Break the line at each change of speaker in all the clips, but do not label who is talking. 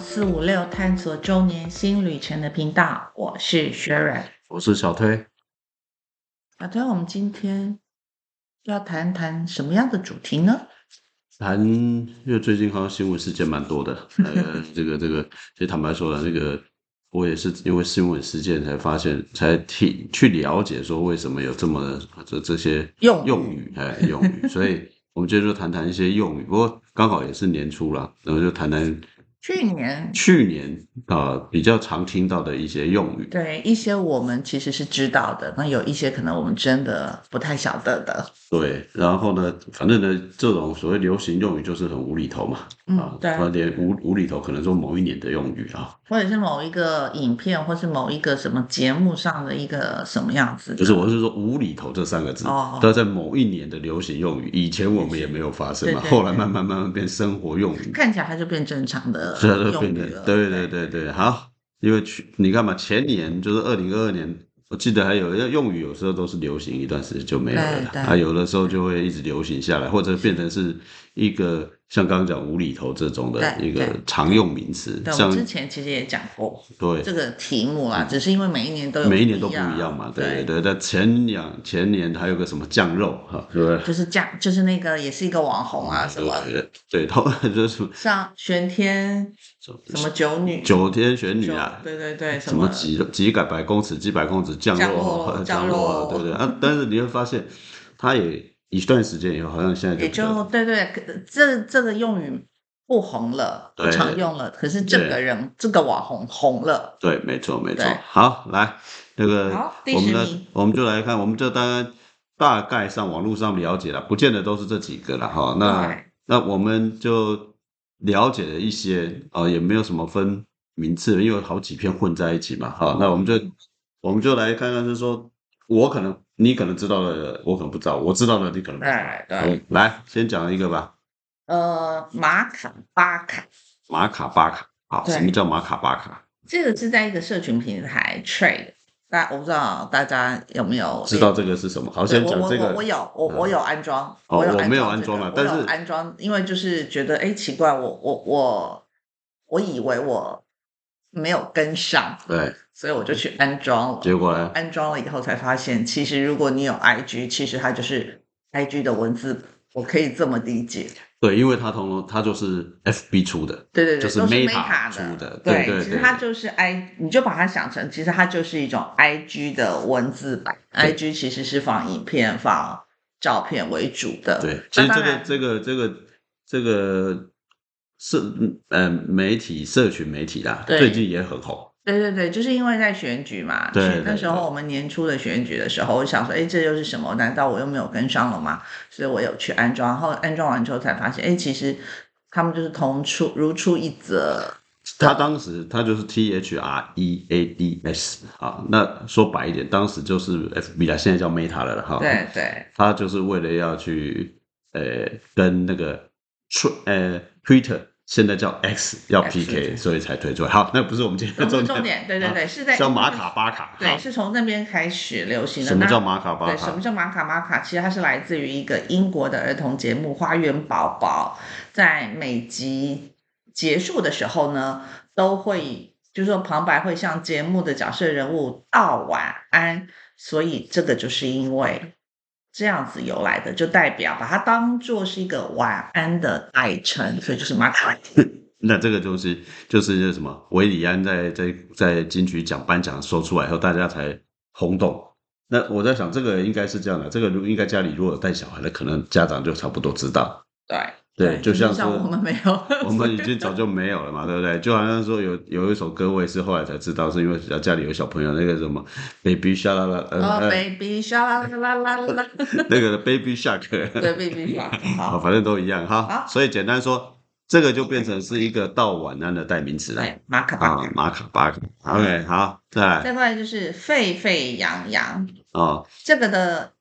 四五六探索周年新旅程的频道，我是 Sharon。
我是小推。
小推，我们今天要谈谈什么样的主题呢？
谈，因为最近好像新闻事件蛮多的，呃， 这个这个，其实坦白说了，那个我也是因为新闻事件才发现，才体去了解说为什么有这么这这些
用语
用语，哎，用语，所以我们今天就谈谈一些用语。不过刚好也是年初啦，然后就谈谈
去年
去年啊、呃比较常听到的一些用语。
对一些我们其实是知道的，那有一些可能我们真的不太晓得的。
对，然后呢，反正呢，这种所谓流行用语就是很无厘头嘛，
嗯，，
啊
对，
它连无无厘头可能说某一年的用语啊，
或者是某一个影片，或是某一个什么节目上的一个什么样子的，
就是我是说“无厘头”这三个字，
哦
它在某一年的流行用语，以前我们也没有发生嘛，
对对对
后来慢慢慢慢变生活用语，
看起来它就变正常的
所以啊它就
用
变
语
得
了。
对对对对，好，因为去你看嘛，前年就是二零二二年，我记得还有用语，有时候都是流行一段时间就没有了啦，
对对
啊，有的时候就会一直流行下来，或者变成是一个像刚刚讲“无厘头”这种的
对
一个
对
常用名词，
对，我
像
们之前其实也讲过
对嗯
这个题目啦，只是因为每一年都有
每一年都不一样嘛，对
对，
对对。但前两前年还有个什么酱肉哈，对不对？
就是酱，就是那个也是一个网红
嗯
啊什么，
对对，后来就是
像玄天什么九女
九天玄女
九
啊，
对对对，
什
么
么几几百百公尺、几百公尺降
降
落
落
啊，
降
降落啊，
落
对对啊。但是你会发现，它也一段时间以后，好像现在
也
比较
就对对，可这这个用语不红了，不
对
常用了，可是这
对
个人这个网红红了，
对，没错没错
对。
好，来那个
好，第
我
十
们呢
名，
我们就来看，我们就大概大概上网络上了解了，不见得都是这几个了哈。那
对
那我们就了解了一些，呃，也没有什么分名次，因为有好几篇混在一起嘛。哈，那我们就
嗯
我们就来看看，就是说我可能你可能知道的，我可能不知道；我知道的，你可能不知道。
哎对对，
嗯来，先讲一个吧，
呃，马卡巴卡。
马卡巴卡。好，
对
什么叫马卡巴卡？
这个是在一个社群平台 Trade，大我不知道大家有没有
知道这个是什么？好，
对
先讲
我
这
我我
个嗯
我。有我我有安装，
哦
有
我没有
安
安装
这
啊
个
但
我有
是
安装，因为就是觉得哎奇怪，我我我我以为我没有跟上，
对，
所以我就去安装了。
结果呢？
安装了以后才发现，其实如果你有 IG，其实它就是 IG 的文字，我可以这么理解。
对，因为它同它就是 FB 出的，
对对对，
就是
都是
Meta
Meta
出的对
对
对
其
对
实它就是 I，你就把它想成，其实它就是一种 IG 的文字版。
对
IG 其实是放影片、放照片为主的。
对，其
那
实这
当
个
然
这个这个这个社呃媒体社群媒体啦，
对
最近也很红，
对对对，就是因为在选举嘛，
对
选
对
那时
对
候我们年初的选举的时候，我想说，哎，这又是什么？难道我又没有跟上了吗？所以我有去安装，然后安装完之后才发现，哎，其实他们就是同出如出一辙，
他当时他就是 T H R E A D S 啊，那说白一点，当时就是 FB 啦，现在叫 Meta 了啦哈。
对，对
他就是为了要去呃跟那个 t 呃 Twitter 现在叫 X 要
X，
PK，
对哦
所以才推出来。好，那不是我们今天的
不是
重
重点，对对对，是在
叫马卡，巴卡。
对，
好
是从那边开始流行的。
什么
那
叫马卡巴
对，什
卡
么？叫玛卡玛卡？其实它是来自于一个英国的儿童节目《花园宝宝》，在每集结束的时候呢，都会就是说旁白会向节目的角色人物道晚安，所以这个就是因为这样子由来的，就代表把它当做是一个晚安的代称，所以就是玛卡。
那这个东西就是什么？韦礼安在在在金曲奖颁奖说出来后，大家才轰动。那我在想，这个应该是这样的，这个如应该家里如果有带小孩的，可能家长就差不多知道。
对
对，就像
像我
说
们没有，
我们已经早就没有了嘛，对不对？就好像说有有一首歌，我也是后来才知道，是因为家里有小朋友那个什么 baby shark 啦啦，
哦
呃，呃
，baby 啦啦啦啦啦，
那个 baby shark，
对，baby
好，
好。
反正都一样哈
好。
所以简单说，这个就变成是一个到晚安的代名词了。
对，马卡巴
啊
卡，。
马卡巴卡，OK，好，再来
再过来就是沸沸扬扬，
啊，
这个的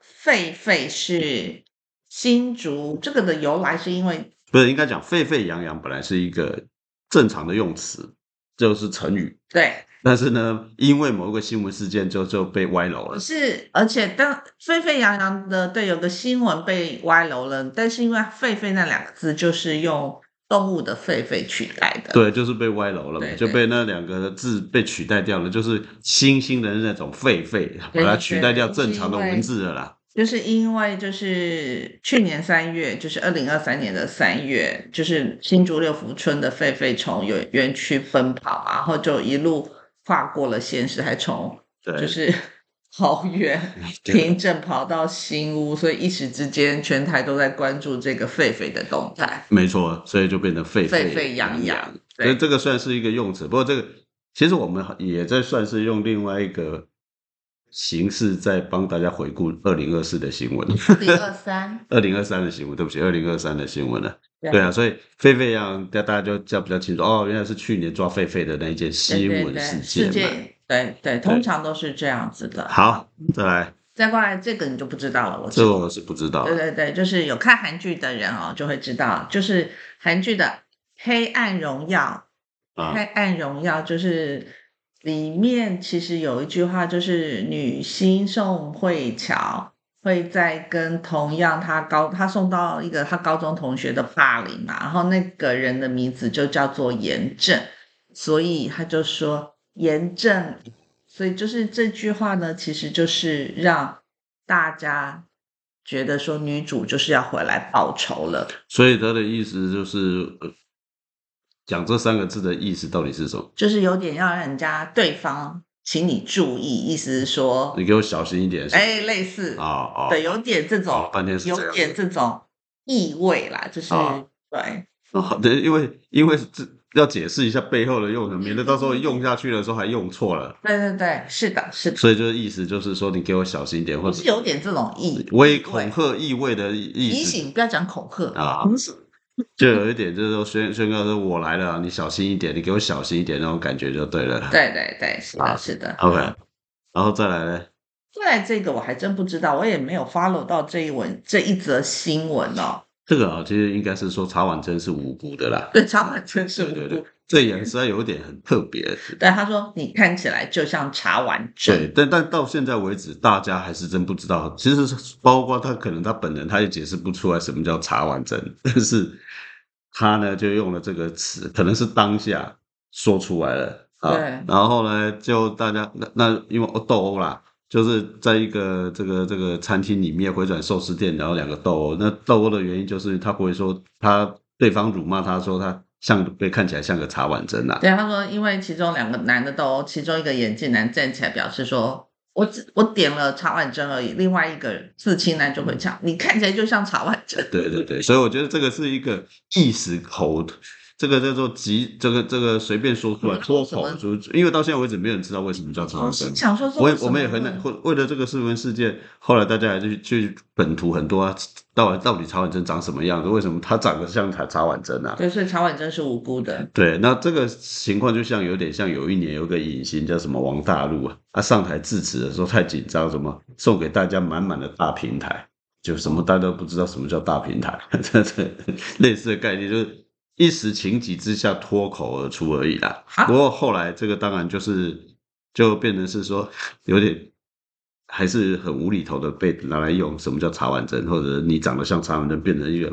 沸沸是新竹，这个的由来是因为
不是应该讲沸沸扬扬，本来是一个正常的用词，就是成语，
对，
但是呢，因为某个新闻事件就就被歪楼了
可。是而且当沸沸扬扬的，对，有个新闻被歪楼了，但是因为沸沸那两个字就是用动物的狒狒取代的。
对，就是被歪楼了嘛，
对
就
对
被那两个字被取代掉了，就是新兴的那种狒狒，把
对
它
对
取代掉
就是
正常的
因为
文字了啦。
就是因为就是去年三月，就是二零二三年的三月，就是新竹六福村的狒狒从园园区奔跑嘛，然后就一路跨过了县市，还从
对，嗯
就是 好远
对
平镇跑到新屋，所以一时之间全台都在关注这个狒狒的动态，
没错，所以就变成狒
沸沸扬扬。。
所以
对
这个算是一个用词，不过这个其实我们也在算是用另外一个形式在帮大家回顾二零二四的新闻。
第二三，
二零二三的新闻，对不起，二零二三的新闻了。
对
对啊，所以狒狒让大大家就叫比较清楚哦，原来是去年抓狒狒的那一件
对
新
对
闻
对，
事
事
件嘛。
件，对对，通常都是这样子的。
好，再来，
再过来这个你就不知道了，我知
这
道。
我是不知道。啊
对对对，就是有看韩剧的人哦，就会知道，就是韩剧的《黑暗荣耀》，
啊
黑暗荣耀》就是里面其实有一句话，就是女星宋慧乔会在跟同样她高她送到一个她高中同学的霸凌嘛，然后那个人的名字就叫做严正，所以他就说严正，所以就是这句话呢，其实就是让大家觉得说女主就是要回来报仇了。
所以他的意思就是，呃讲这三个字的意思到底是什么？
就是有点要让人家对方请你注意，意思是说
你，给我小心一点。
哎，类似，
哦哦，
对，有点这
哦
种，
半天是这
有
样
点这种意味啦，就是、
哦
对，
哦，好的，因为因为这要解释一下背后的用什么，免得到时候用下去的时候还用错了。
对对对，是的，是的，
所以就是意思就是说，你给我小心一点，或者
是有点这种意
微
意
恐
味
吓意味的意
提
思
醒，不要讲恐吓
啊
提醒
就有一点就是说宣宣告说我来了啊，你小心一点，你给我小心一点那种感觉就对了。
对对对，是
啊
的，是的。
，OK，然后再来呢，
再来这个我还真不知道，我也没有 follow 到这一文这一则新闻哦。
这个啊，其实应该是说查婉珍是无辜的啦。
对，超婉真是无辜。
对对，这也实在有点很特别。
对他说你看起来就像查完
对
整，，
但但到现在为止，大家还是真不知道。其实是包括他可能他本人他也解释不出来什么叫查完整， 但是他呢就用了这个词，可能是当下说出来了啊
对。
然后呢，就大家那那因为斗殴啦，就是在一个这个这个餐厅里面回转寿司店，然后两个斗殴。那斗殴的原因就是他不会说他对方辱骂他说他像被看起来像个查完啊整啦。
对他说，因为其中两个男的斗殴，其中一个眼镜男站起来表示说，我只我点了查完整而已，另外一个刺青男就会讲，你看起来就像查完整。
对对对，所以我觉得这个是一个意识口，这个叫做急，这个这个随便说出来
嗯
脱
什么哦
口出，因为到现在为止没有人知道为什么叫
我
超声
心。想说，
我也我们也很
嗯
难，会为了这个新闻事件，后来大家还去去本土很多、啊，到底到底茶碗蒸长什么样子？为什么它长得像茶茶碗蒸啊？
对，所以查完真是无辜的。
对，那这个情况就像有点像有一年有个影星叫什么王大陆啊，他上台致辞的时候太紧张，什么送给大家满满的大平台，就什么大家都不知道什么叫大平台， 这这类似的概念就是一时情急之下脱口而出而已啦。
好
不过后来这个当然就是就变成是说有点。还是很无厘头的被拿来用，什么叫茶碗蒸，或者你长得像茶碗蒸，变成一个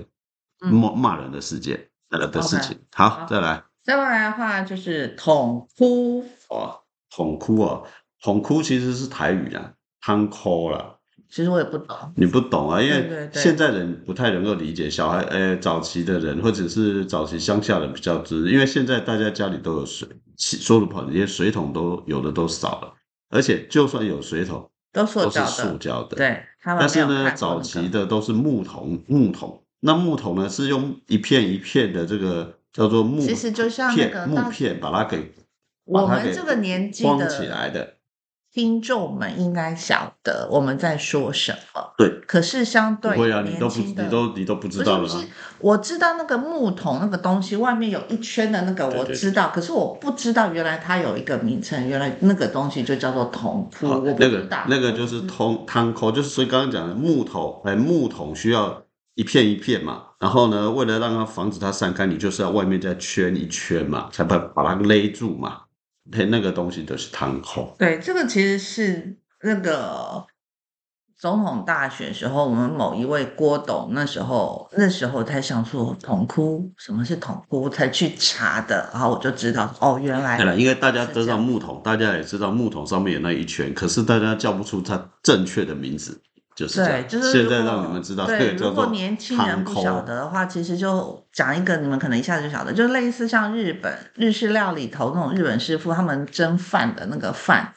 嗯
骂骂人的事件，呃的事情。好，再来。
再过来的话就是痛哭，
哦，捧哭哦，捧哭其实是台语啦，汤哭啦，
其实我也不懂。
你不懂啊，因
嗯对
为
对对
现在人不太能够理解小孩，呃，早期的人或者是早期乡下人比较知，因为现在大家家里都有水，其说的不好听，连水桶都有的都少了，而且就算有水桶，
都塑
都是
胶
塑
的，
胶的，
对他们
但
没
是
有
呢，
看过
早
那
期
个
的都是木桶，木桶。那木桶呢，是用一片一片的这个叫做木，
其实就像那
片
个
木
大
片，把它给
我
把
们
它给
这个年纪
框
的
起来的。
听众们应该晓得我们在说什么，
对，
可是相对
不会啊，你
年
都不
轻的，
你都你都不
不
知
是
道
不
了啊、
是，我知道那个木桶那个东西外面有一圈的那个
对
我
对
知道，可是我不知道原来它有一个名称，原来那个东西就叫做桶铺，
好，
我不知
那个
道嗯
那个就是通汤口，就是所以刚刚讲的木头，哎，木桶需要一片一片嘛，然后呢，为了让它防止它散开，你就是要外面再圈一圈嘛，才把把它勒住嘛。嘿，那个东西就是汤口，
对，这个其实是那个总统大选时候，我们某一位郭董那时候那时候才想说统哭，什么是统哭，才去查的，然后我就知道哦，原来
对了，因为大家知
是这
道
样
木桶，大家也知道木桶上面有那一圈，可是大家叫不出它正确的名字，就是这
对，
样。
就是
现
如
在
果
让你们知道，这
对，
个
如
叫
果
做
年轻人不晓得的话，其实就讲一个，你们可能一下子就晓得，就类似像日本日式料理头那种日本师傅，他们蒸饭的那个饭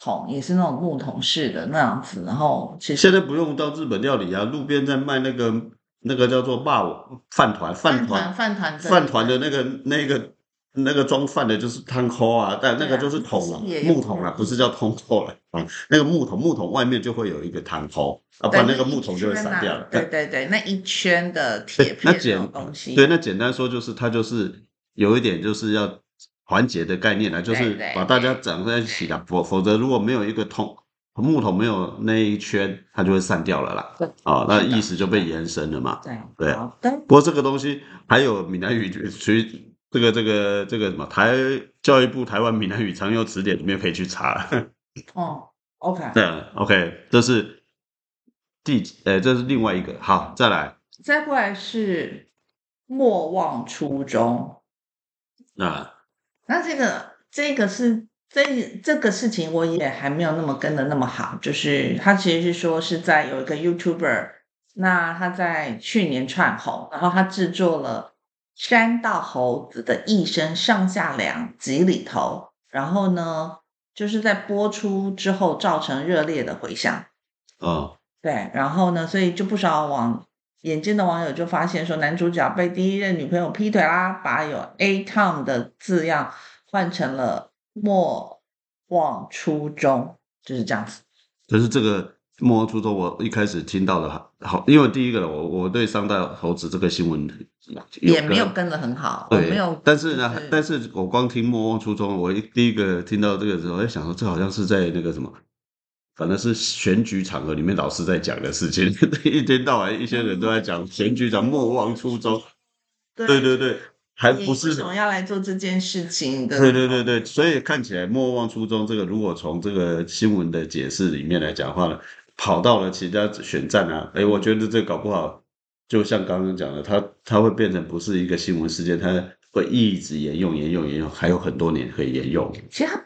桶也是那种木桶式的那样子，然后其实
现在不用到日本料理啊，路边在卖那个那个叫做霸王饭团，
团
饭团
饭团对
饭团的那个那个那个装饭的就是汤扣啊，但那
对啊
个就是桶啊
也，有
木桶啊，不是叫通扣了啊，那个木桶木桶外面就会有一个汤扣，啊，不
对
然那个
一
木桶就会
圈
散
啊
掉了。
对对对，那一圈的铁片
那
那
简
种东西，
对，那简单说就是它就是有一点就是要团结的概念呢，就是
对
把大家整在一起的，否否则如果没有一个通木桶没有那一圈，它就会散掉了啦
对。
啊、那
是的
意思就被延伸了嘛。
对
对啊
好的，
不过这个东西还有闽南语属于这个这个这个什么台教育部台湾闽南语常用词典里面可以去查。
哦，OK，
对，OK，这是第呃这是另外一个。好，再来。
再过来是莫忘初衷。
啊。
那这个这个是这这个事情，我也还没有那么跟的那么好。就是他其实是说是在有一个 YouTuber，那他在去年串红，然后他制作了山道猴子的一生上下两集里头，然后呢，就是在播出之后造成热烈的回响。
哦，
对，然后呢，所以就不少网眼尖的网友就发现说，男主角被第一任女朋友劈腿啦，把有 A Tom 的字样换成了莫忘初衷，就是这样子。
就是这个莫忘初衷，我一开始听到的好好，因为第一个我我对商代猴子这个新闻
也没有
跟
跟的很好，我
对，
没有，
但是呢
就，
但是我光听莫忘初衷，我一第一个听到这个时候，我在哎想说这好像是在那个什么。反正是选举场合里面老师在讲的事情， 一天到晚一些人都在讲选举场莫忘初衷，对对对，还
你
不是
为什么要来做这件事情的？
对对对对，所以看起来莫忘初衷这个，如果从这个新闻的解释里面来讲的话呢，跑到了其他选战啊，哎，我觉得这搞不好，就像刚刚讲的，它它会变成不是一个新闻事件，它会一直沿用沿用沿用，还有很多年可以沿用。
其实他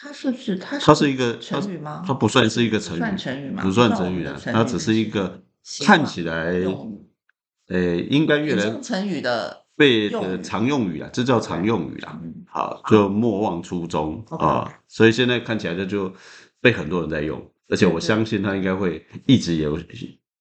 他是不是他
它是一个它
成语吗？
它不算是一个成
不算
语，
成语吗？
不算
那我
成
们
语
的
啊，
成
它
语
只
就是
一个
习惯
看起来，
用
呃，应该越
引
来
用成语的
被
用
呃
语
常用语啦，这叫常用语啦。
嗯
好，就莫忘初衷啊、
OK
所以现在看起来这就被很多人在用，而且我相信它应该会一直有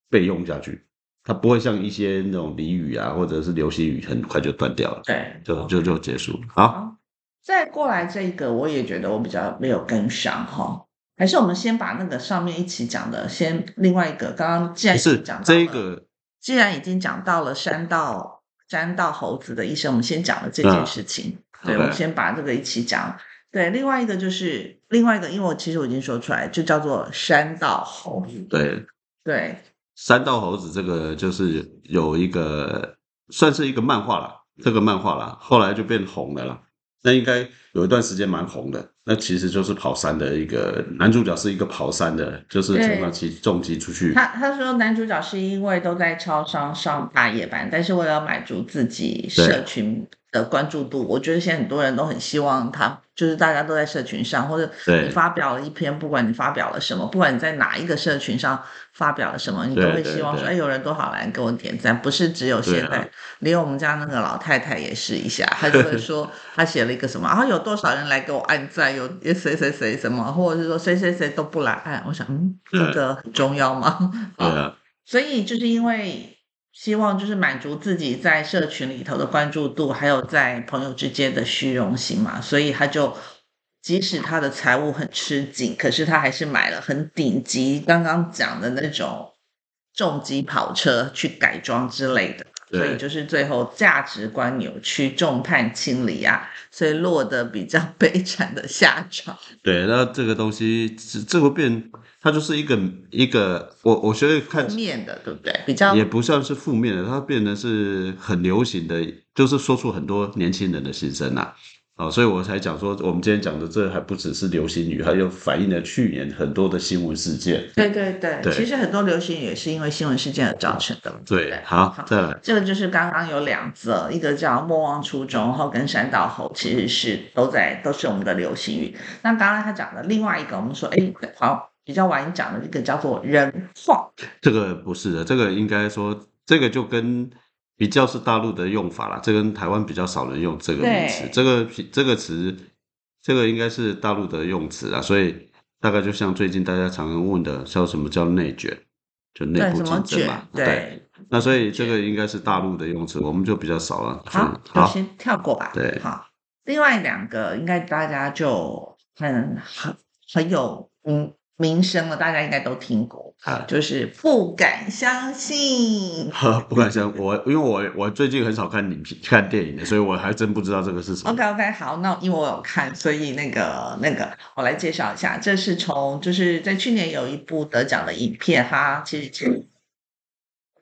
被用下去，它不会像一些那种俚语啊或者是流行语很快就断掉了，
对，
就就就结束了。
好
好，
再过来这个，我也觉得我比较没有跟上哈。还是我们先把那个上面一起讲的，先另外一个，刚刚既然
不
已经
是
讲到
这
了
一，个
既然已经讲到了山道山道猴子的一生，我们先讲了这件事情。
嗯
对，
OK
我们先把这个一起讲。对，另外一个就是另外一个，因为我其实我已经说出来，就叫做山道猴子。
对
对，
三道猴子这个就是有一个算是一个漫画啦，这个漫画啦，后来就变红了啦。那应该有一段时间蛮红的。那其实就是跑山的一个男主角是一个跑山的，就是从那骑重机出去。
他他说男主角是因为都在超商上大夜班，但是为了满足自己社群的关注度，我觉得现在很多人都很希望他，就是大家都在社群上，或者
对
你发表了一篇，不管你发表了什么，不管你在哪一个社群上发表了什么，你都
对
会
对
希望说，
对
哎，有人多好来给我点赞，不是只有
对
现
啊
在，连我们家那个老太太也是一下，她就会说，她写了一个什么，然后有多少人来给我按赞，有有谁谁谁什么，或者是说谁谁谁都不来按，我想，嗯，这
对
个很重要吗？
对啊，
所以就是因为希望就是满足自己在社群里头的关注度，还有在朋友之间的虚荣心嘛，所以他就即使他的财务很吃紧，可是他还是买了很顶级刚刚讲的那种重机跑车去改装之类的。所以
对
就是最后价值观扭曲、众叛亲离啊，所以落得比较悲惨的下 场。
对。那这个东西这这会变，它就是一个一个，我我觉得看
负面的，对不对？比较
也不算是负面的，它变成是很流行的，就是说出很多年轻人的心声啦、啊，所以我才讲说，我们今天讲的这还不只是流行语，还有反映了去年很多的新闻事件。
对对对，
对
其实很多流行也是因为新闻事件而造成的嘛。不
对，好，再来，
这个就是刚刚有两则，一个叫莫忘初衷，然后跟山道猴其实是都在都是我们的流行语。那刚刚他讲的另外一个，我们说哎好比较晚讲的一个叫做人话，
这个不是的，这个应该说，这个就跟比较是大陆的用法啦，这跟台湾比较少人用这个名词
对，
这个这个词，这个应该是大陆的用词啊，所以大概就像最近大家常常问的，叫什么叫内卷，就内
对
部
什么
竞
卷
争嘛，，
对，
那所以这个应该是大陆的用词，我们就比较少了。
好
嗯，
就
好，
先跳过吧。
对
好，另外两个应该大家就很很很有嗯名声了，大家应该都听过，
啊
就是不敢相信。
不敢想，我因为我我最近很少看影片看电影的，所以我还真不知道这个是什么。
OK OK，好，那因为我有看，所以那个那个，我来介绍一下，这是从就是在去年有一部得奖的影片，它其实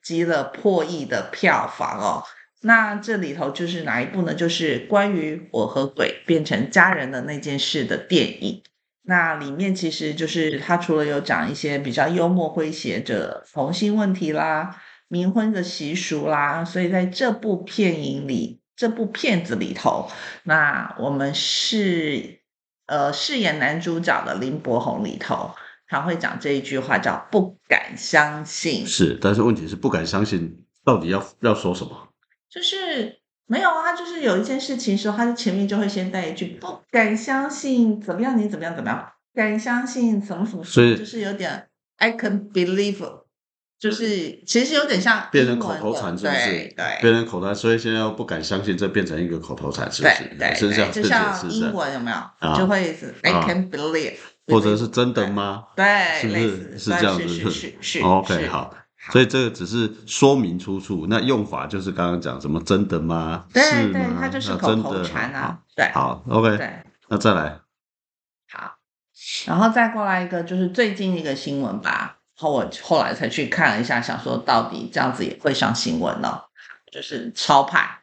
积了破亿的票房哦。那这里头就是哪一部呢？就是关于我和鬼变成家人的那件事的电影。那里面其实就是他除了有讲一些比较幽默诙谐的同性问题啦、冥婚的习俗啦，所以在这部片影里，这部片子里头，那我们是呃饰演男主角的林柏宏里头，他会讲这一句话叫“不敢相信”，
是，但是问题是不敢相信，到底要要说什么？
就是没有啊，就是有一件事情的时候，他就前面就会先带一句“不敢相信”，怎么样？你怎么样？怎么样？不敢相信什么什么，
所以
就是有点 I can believe，就是其实有点像
变成
英
口
文
头
的
禅是不
对
是？
对
变成口头禅，所以现在又不敢相信，这变成一个口头禅，是不
对
是？
对
是这
对，
样，
就
这解
像
释
英
的，
文有没有，
啊
就会是 I
啊
can believe，
或者是
believe
真的吗？是
对，
不
类似
是是
对
这样
是
子是
是是
OK，
是
好。
好
所以这个只是说明出处，那用法就是刚刚讲什么真的吗？
对
是
对，
吗？
它就是
那
口
真
头
的
禅啊，对
好好，OK，
对。
那再来，
好，然后再过来一个就是最近一个新闻吧，然后我后来才去看了一下，想说到底这样子也会上新闻哦，就是超派，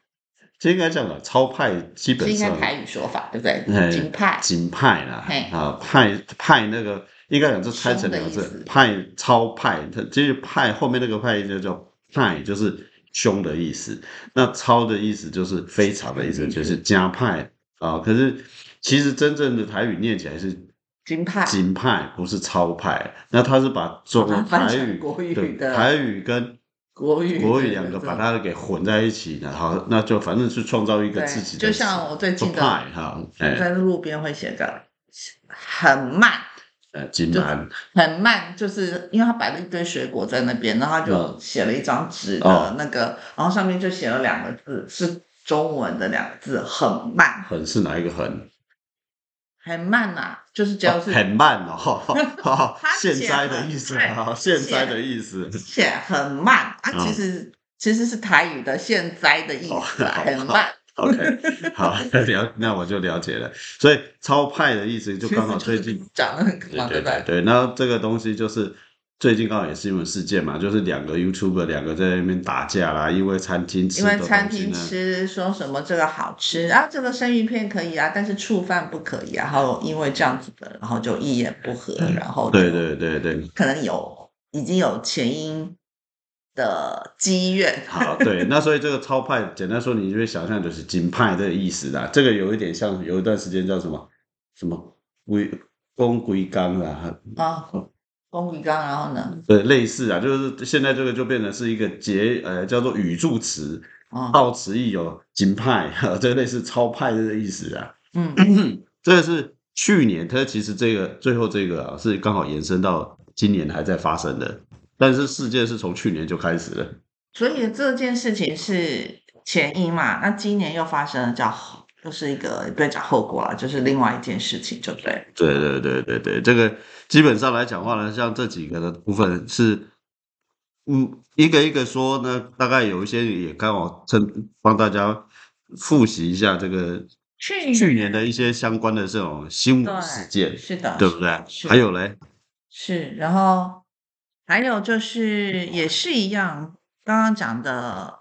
这应该这样讲，超派基
这
本
应该
上
台语说法对不对？
哎
金派，
紧派啦
嘿，
啊派派那个应该讲这拆成两个
凶的意
字
思，
派超派，它其实派后面那个派就叫派，就是凶的意思。那超的意思就是非常的意思，就是加派啊。可是其实真正的台语念起来是
金派，
金派，不是超派。那他是把中
把它翻
台
成
语
国语
对
的
台语跟
国语
国
对
语两个
对
把
对
它给混在一起，然后那就反正是创造一个
对
自己的
就像我最近的
派哈，哎
在路边会写个很慢，
呃金
就
盘。
很慢，就是因为他摆了一堆水果在那边，然后他就
嗯
写了一张纸的
哦
那个，然后上面就写了两个字，是中文的两个字，很慢，
很是哪一个很？
很慢呐、啊就是只要是
哦很慢哦，哦
他写
现摘的意思
很
啊，现摘的意思。
写很慢啊，
嗯
其实、其实是台语的现在的意思啊，
哦
很慢，
OK，好， 了，那我就了解了。所以超派的意思就
其实
刚好
就是
最近，
讲的很慢，
对
不
对？对。那这个东西就是最近刚好也是因为事件嘛，就是两个 YouTuber 两个在那边打架啦，因为餐厅吃
因
的
为
东
餐
西
厅
呢，
吃说什么这个好吃啊，这个生鱼片可以啊，但是触犯不可以啊，然后因为这样子的，然后就一言不合，然后就
嗯对对对对，
可能有已经有前因的积怨，
好，对，那所以这个超派，简单说，你就会想象就是金派这个意思啦。这个有一点像有一段时间叫什么什么龟公龟纲啦，
啊，公鱼缸，然后呢，
对，类似啊，就是现在这个就变成是一个结，呃，叫做语助词，
啊，
奥词义有金派， 呵这类似超派这个意思啊。
嗯，
这个是去年，它其实这个最后这个啊是刚好延伸到今年还在发生的，但是事件是从去年就开始了。
所以这件事情是前因嘛，那今年又发生了叫后，就是一个不要讲后果了，就是另外一件事情，就对了，
对对对对对，这个基本上来讲话呢，像这几个的部分是，嗯，一个一个说呢，大概有一些也刚好趁帮大家复习一下这个
去
去年的一些相关的这种新闻事件，
是的，
对不对
是？
还有嘞，
是，然后还有就是也是一样，刚刚讲的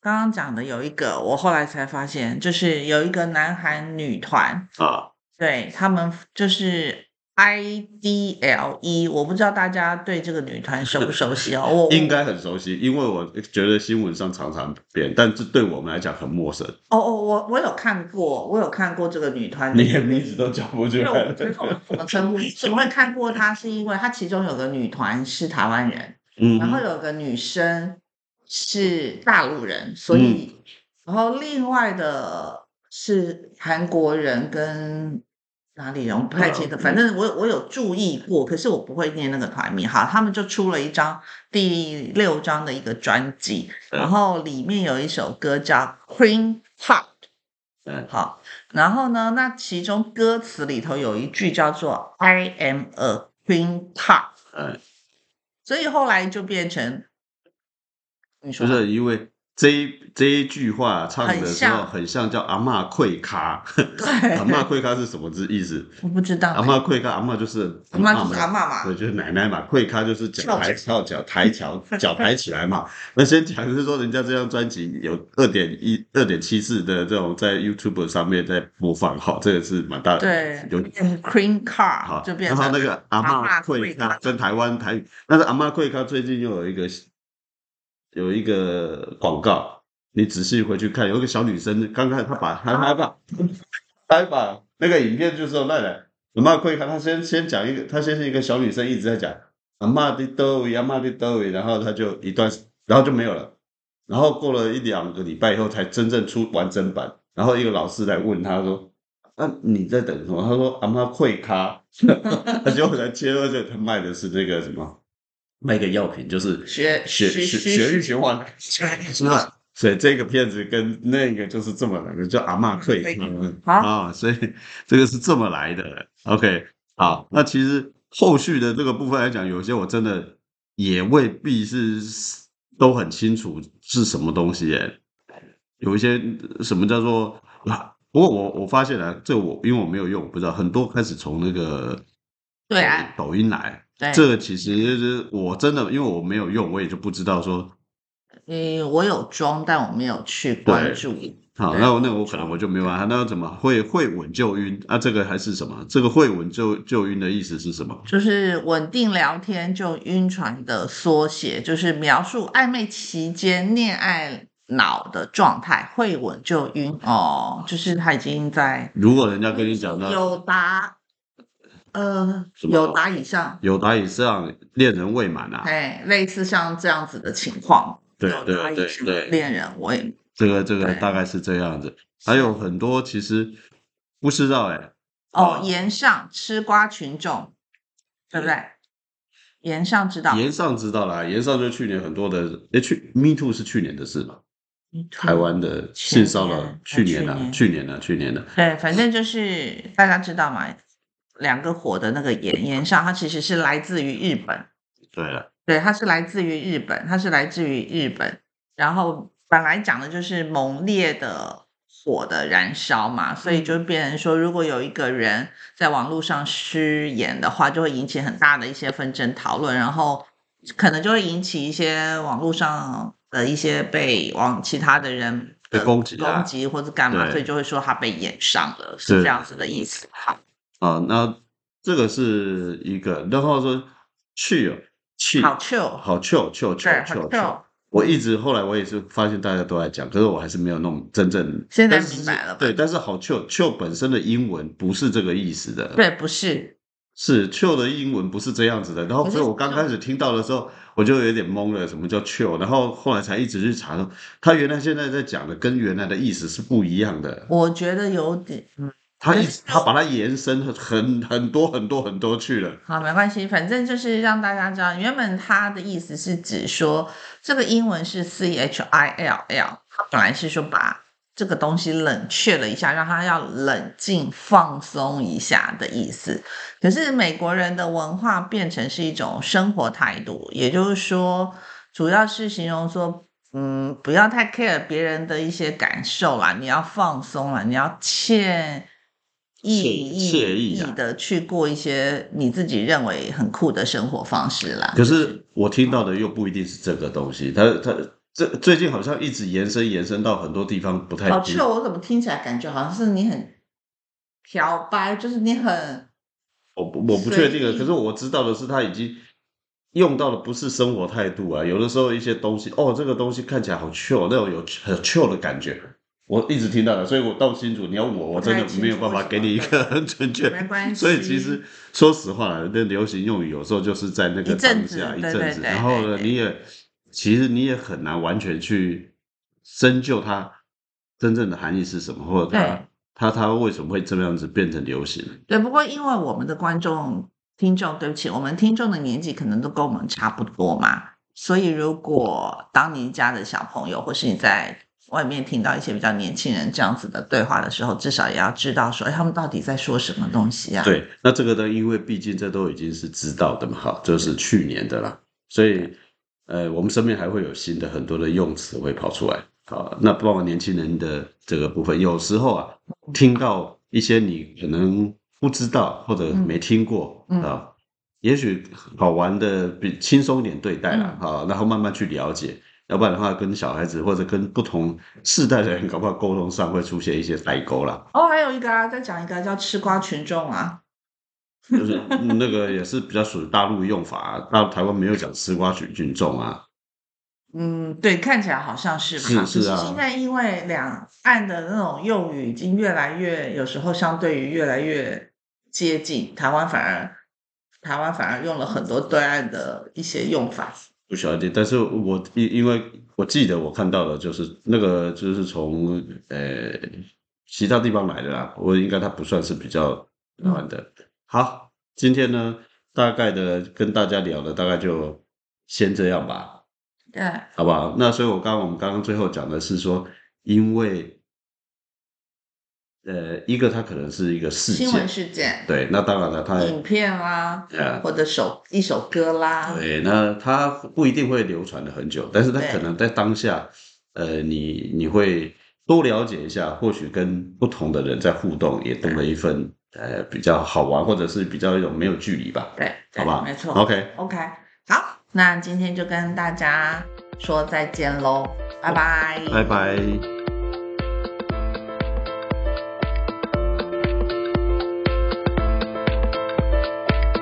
刚刚讲的有一个，我后来才发现，就是有一个男韩女团，
啊，
对他们就是 I D L E，我不知道大家对这个女团熟不熟悉哦。我
应该很熟悉，因为我觉得新闻上常常变，但这对我们来讲很陌生，
哦哦，我我有看过，我有看过这个女团的。
连名字都叫不
嗯
出
因为
来
我觉得我们怎么称呼？怎么会看过她？是因为她其中有个女团是台湾人，
嗯
然后有个女生是大陆人，
嗯
所以、然后另外的是韩国人跟哪里人，我不太记得，
嗯
反正我我有注意过，可是我不会念那个团名哈。他们就出了一张第六张的一个专辑，
嗯
然后里面有一首歌叫《Queen Heart》。
嗯
好，然后呢，那其中歌词里头有一句叫做 “I am a queen heart”，
嗯，
所以后来就变成你
就
说
是因为这一这一句话唱的时候
很像
很像叫阿嬷跪 咖，
对
阿嬷跪咖是什么之意思？
我不知道
阿嬷跪咖，阿嬷就是
阿妈就是阿
嘛
妈嘛，
对，就是奶奶嘛，跪咖就是脚
翘脚
抬翘脚抬 脚脚抬起来嘛。那先讲是说，人家这张专辑有二点一、二点七四的这种在 YouTube 上面在播放，哈，这个是蛮大的，
对，
有
变成 queen
好
car，就变
然后
成
那个阿
阿
嬷
嬷
贵
跪
咖
咖
跟台湾台语，但是阿嬷贵咖最近又有一个有一个广告，你仔细回去看，有一个小女生，刚开始她把她她把她把那个影片就是说那来阿嬷贵咖，她先先讲一个，她先是一个小女生一直在讲阿嬷的兜位，阿嬷的兜位，然后她就一段，然后就没有了。然后过了一两个礼拜以后，才真正出完整版。然后一个老师来问他说：“那、你在等什么？”他说：“阿妈会咖。” 他结果才揭露，就他卖的是这个什么，卖个药品，就是
学
血血
学
血液循环，血液循环。所以这个片子跟那个就是这么来的，叫阿嬷会咖
好
啊、所以这个是这么来的。OK，好，那其实后续的这个部分来讲，有些我真的也未必是都很清楚是什么东西耶。有一些呃什么叫做啊？不过我我发现了、这我因为我没有用，我不知道很多开始从那个
对啊，
抖音来，哎
对，
这个其实就是我真的因为我没有用，我也就不知道说
嗯，我有装，但我没有去关注。
好，
对
那我那我可能我就没办法。那要怎么会会稳就晕啊？这个还是什么？这个会稳就就晕的意思是什么？
就是稳定聊天就晕船的缩写，就是描述暧昧期间恋爱脑的状态，会稳就晕哦，就是他已经在
如果人家跟你讲到
有达，呃，
什么
有达以上，
有达以上恋人未满啊，
哎，类似像这样子的情况，
对
有达
对
以
对
上
对，
恋人我也
这个这个
对
大概是这样子。还有很多其实不知道哎、
哦，言上吃瓜群众，对不对？言上知道，
岩上知道啦，岩上就去年很多的，哎，去 Me Too 是去年的事嘛，台湾的性骚扰，去
前嗯年
年
啊，
啊去年啊，去年的、
对，反正就是大家知道嘛，两个火的那个岩岩上，它其实是来自于日本，
对了，
对，它是来自于日本，它是来自于日本。然后本来讲的就是猛烈的火的燃烧嘛，所以
嗯
就变成说，如果有一个人在网络上失言的话，就会引起很大的一些纷争讨论，然后可能就会引起一些网络上的一些被往其他的人
被
的
攻击啊
呃攻击或者干嘛，
对
所以就会说他被演上了，
对
是这样子的意思。好，
啊，那这个是一个，然后说去哦，去
好 chill，
好 chill chill
对，
chill
好 chill
chill chill。。我一直后来我也是发现大家都在讲，可是我还是没有弄真正。
现在
但是
明白了吧
对，但是好 chill chill 本身的英文不是这个意思的。，
对，不是，
是 chill 的英文不是这样子的。然后
可是
所以我刚开始听到的时候，我就有点懵了，什么叫 chill？然后后来才一直去查，他原来现在在讲的跟原来的意思是不一样的。
我觉得有点，
他一
可
直
是
他把它延伸很很多很多很多去了。
好，没关系，反正就是让大家知道，原本它的意思是指说，这个英文是 C H I L L，它本来是说把这个东西冷却了一下，让它要冷静、放松一下的意思。可是美国人的文化变成是一种生活态度，也就是说，主要是形容说。嗯，不要太 care 别人的一些感受啦，你要放松啦，你要惬意
惬意啊
的去过一些你自己认为很酷的生活方式啦。
可是我听到的又不一定是这个东西，他他这最近好像一直延伸延伸到很多地方不太
好
清
臭，我怎么听起来感觉好像是你很漂白，就是你 很
我不我不确定
哦所
啊，
以
可是我知道的是，他已经用到的不是生活态度啊，有的时候一些东西，哦，这个东西看起来好 chill，那种有很 chill 的感觉，我一直听到的，所以我到清楚，你要我，我真
不太
的
清楚
没有办法给你一个很准确。
没关系。
所以其实说实话啦，那流行用语有时候就是在那个
一阵
当
子
下一
对
阵
对
子，
对
然后
对
呢，
对
你也其实你也很难完全去深究它真正的含义是什么，或者
对
它它它为什么会这么样子变成流行。
对，不过因为我们的观众听众，对不起，我们听众的年纪可能都跟我们差不多嘛，所以如果当你家的小朋友，或是你在外面听到一些比较年轻人这样子的对话的时候，至少也要知道说，哎，他们到底在说什么东西啊？，
对，那这个呢，因为毕竟这都已经是知道的嘛，哈，就是去年的啦，所以呃，我们身边还会有新的很多的用词会跑出来。好，那包括年轻人的这个部分，有时候啊，听到一些你可能不知道或者没听过、
嗯嗯
啊，也许好玩的比轻松一点对待啦，哈、然后慢慢去了解。要不然的话，跟小孩子或者跟不同世代的人，搞不好沟通上会出现一些代沟啦。
哦，还有一个啊，再讲一个叫吃瓜群众啊，
就是那个也是比较属于大陆用法、啊，大陆台湾没有讲吃瓜群群众啊，
嗯，对，看起来好像是吧？
是
可
是啊
现在因为两岸的那种用语已经越来越，有时候相对于越来越接近，台湾反而台湾反而用了很多对岸的一些用法。
不晓得。但是我因因为我记得我看到的就是那个就是从呃其他地方来的啦，我应该它不算是比较台湾的。好，今天呢大概的跟大家聊的大概就先这样吧。
对，
好不好？那所以我刚刚我们刚刚最后讲的是说，因为呃，一个它可能是一个事
新闻
件，
事件、
对，那当然了，它
影片啦、
呃，
或者首一首歌啦，
对，那它不一定会流传的很久，但是它
啊对
可能在当下，呃，你你会多了解一下，或许跟不同的人在互动，也多了一份呃比较好玩，或者是比较一种没有距离吧，
对，对
好吧？
没错。
，OK，
OK，好，那今天就跟大家说再见喽，拜拜，
拜拜。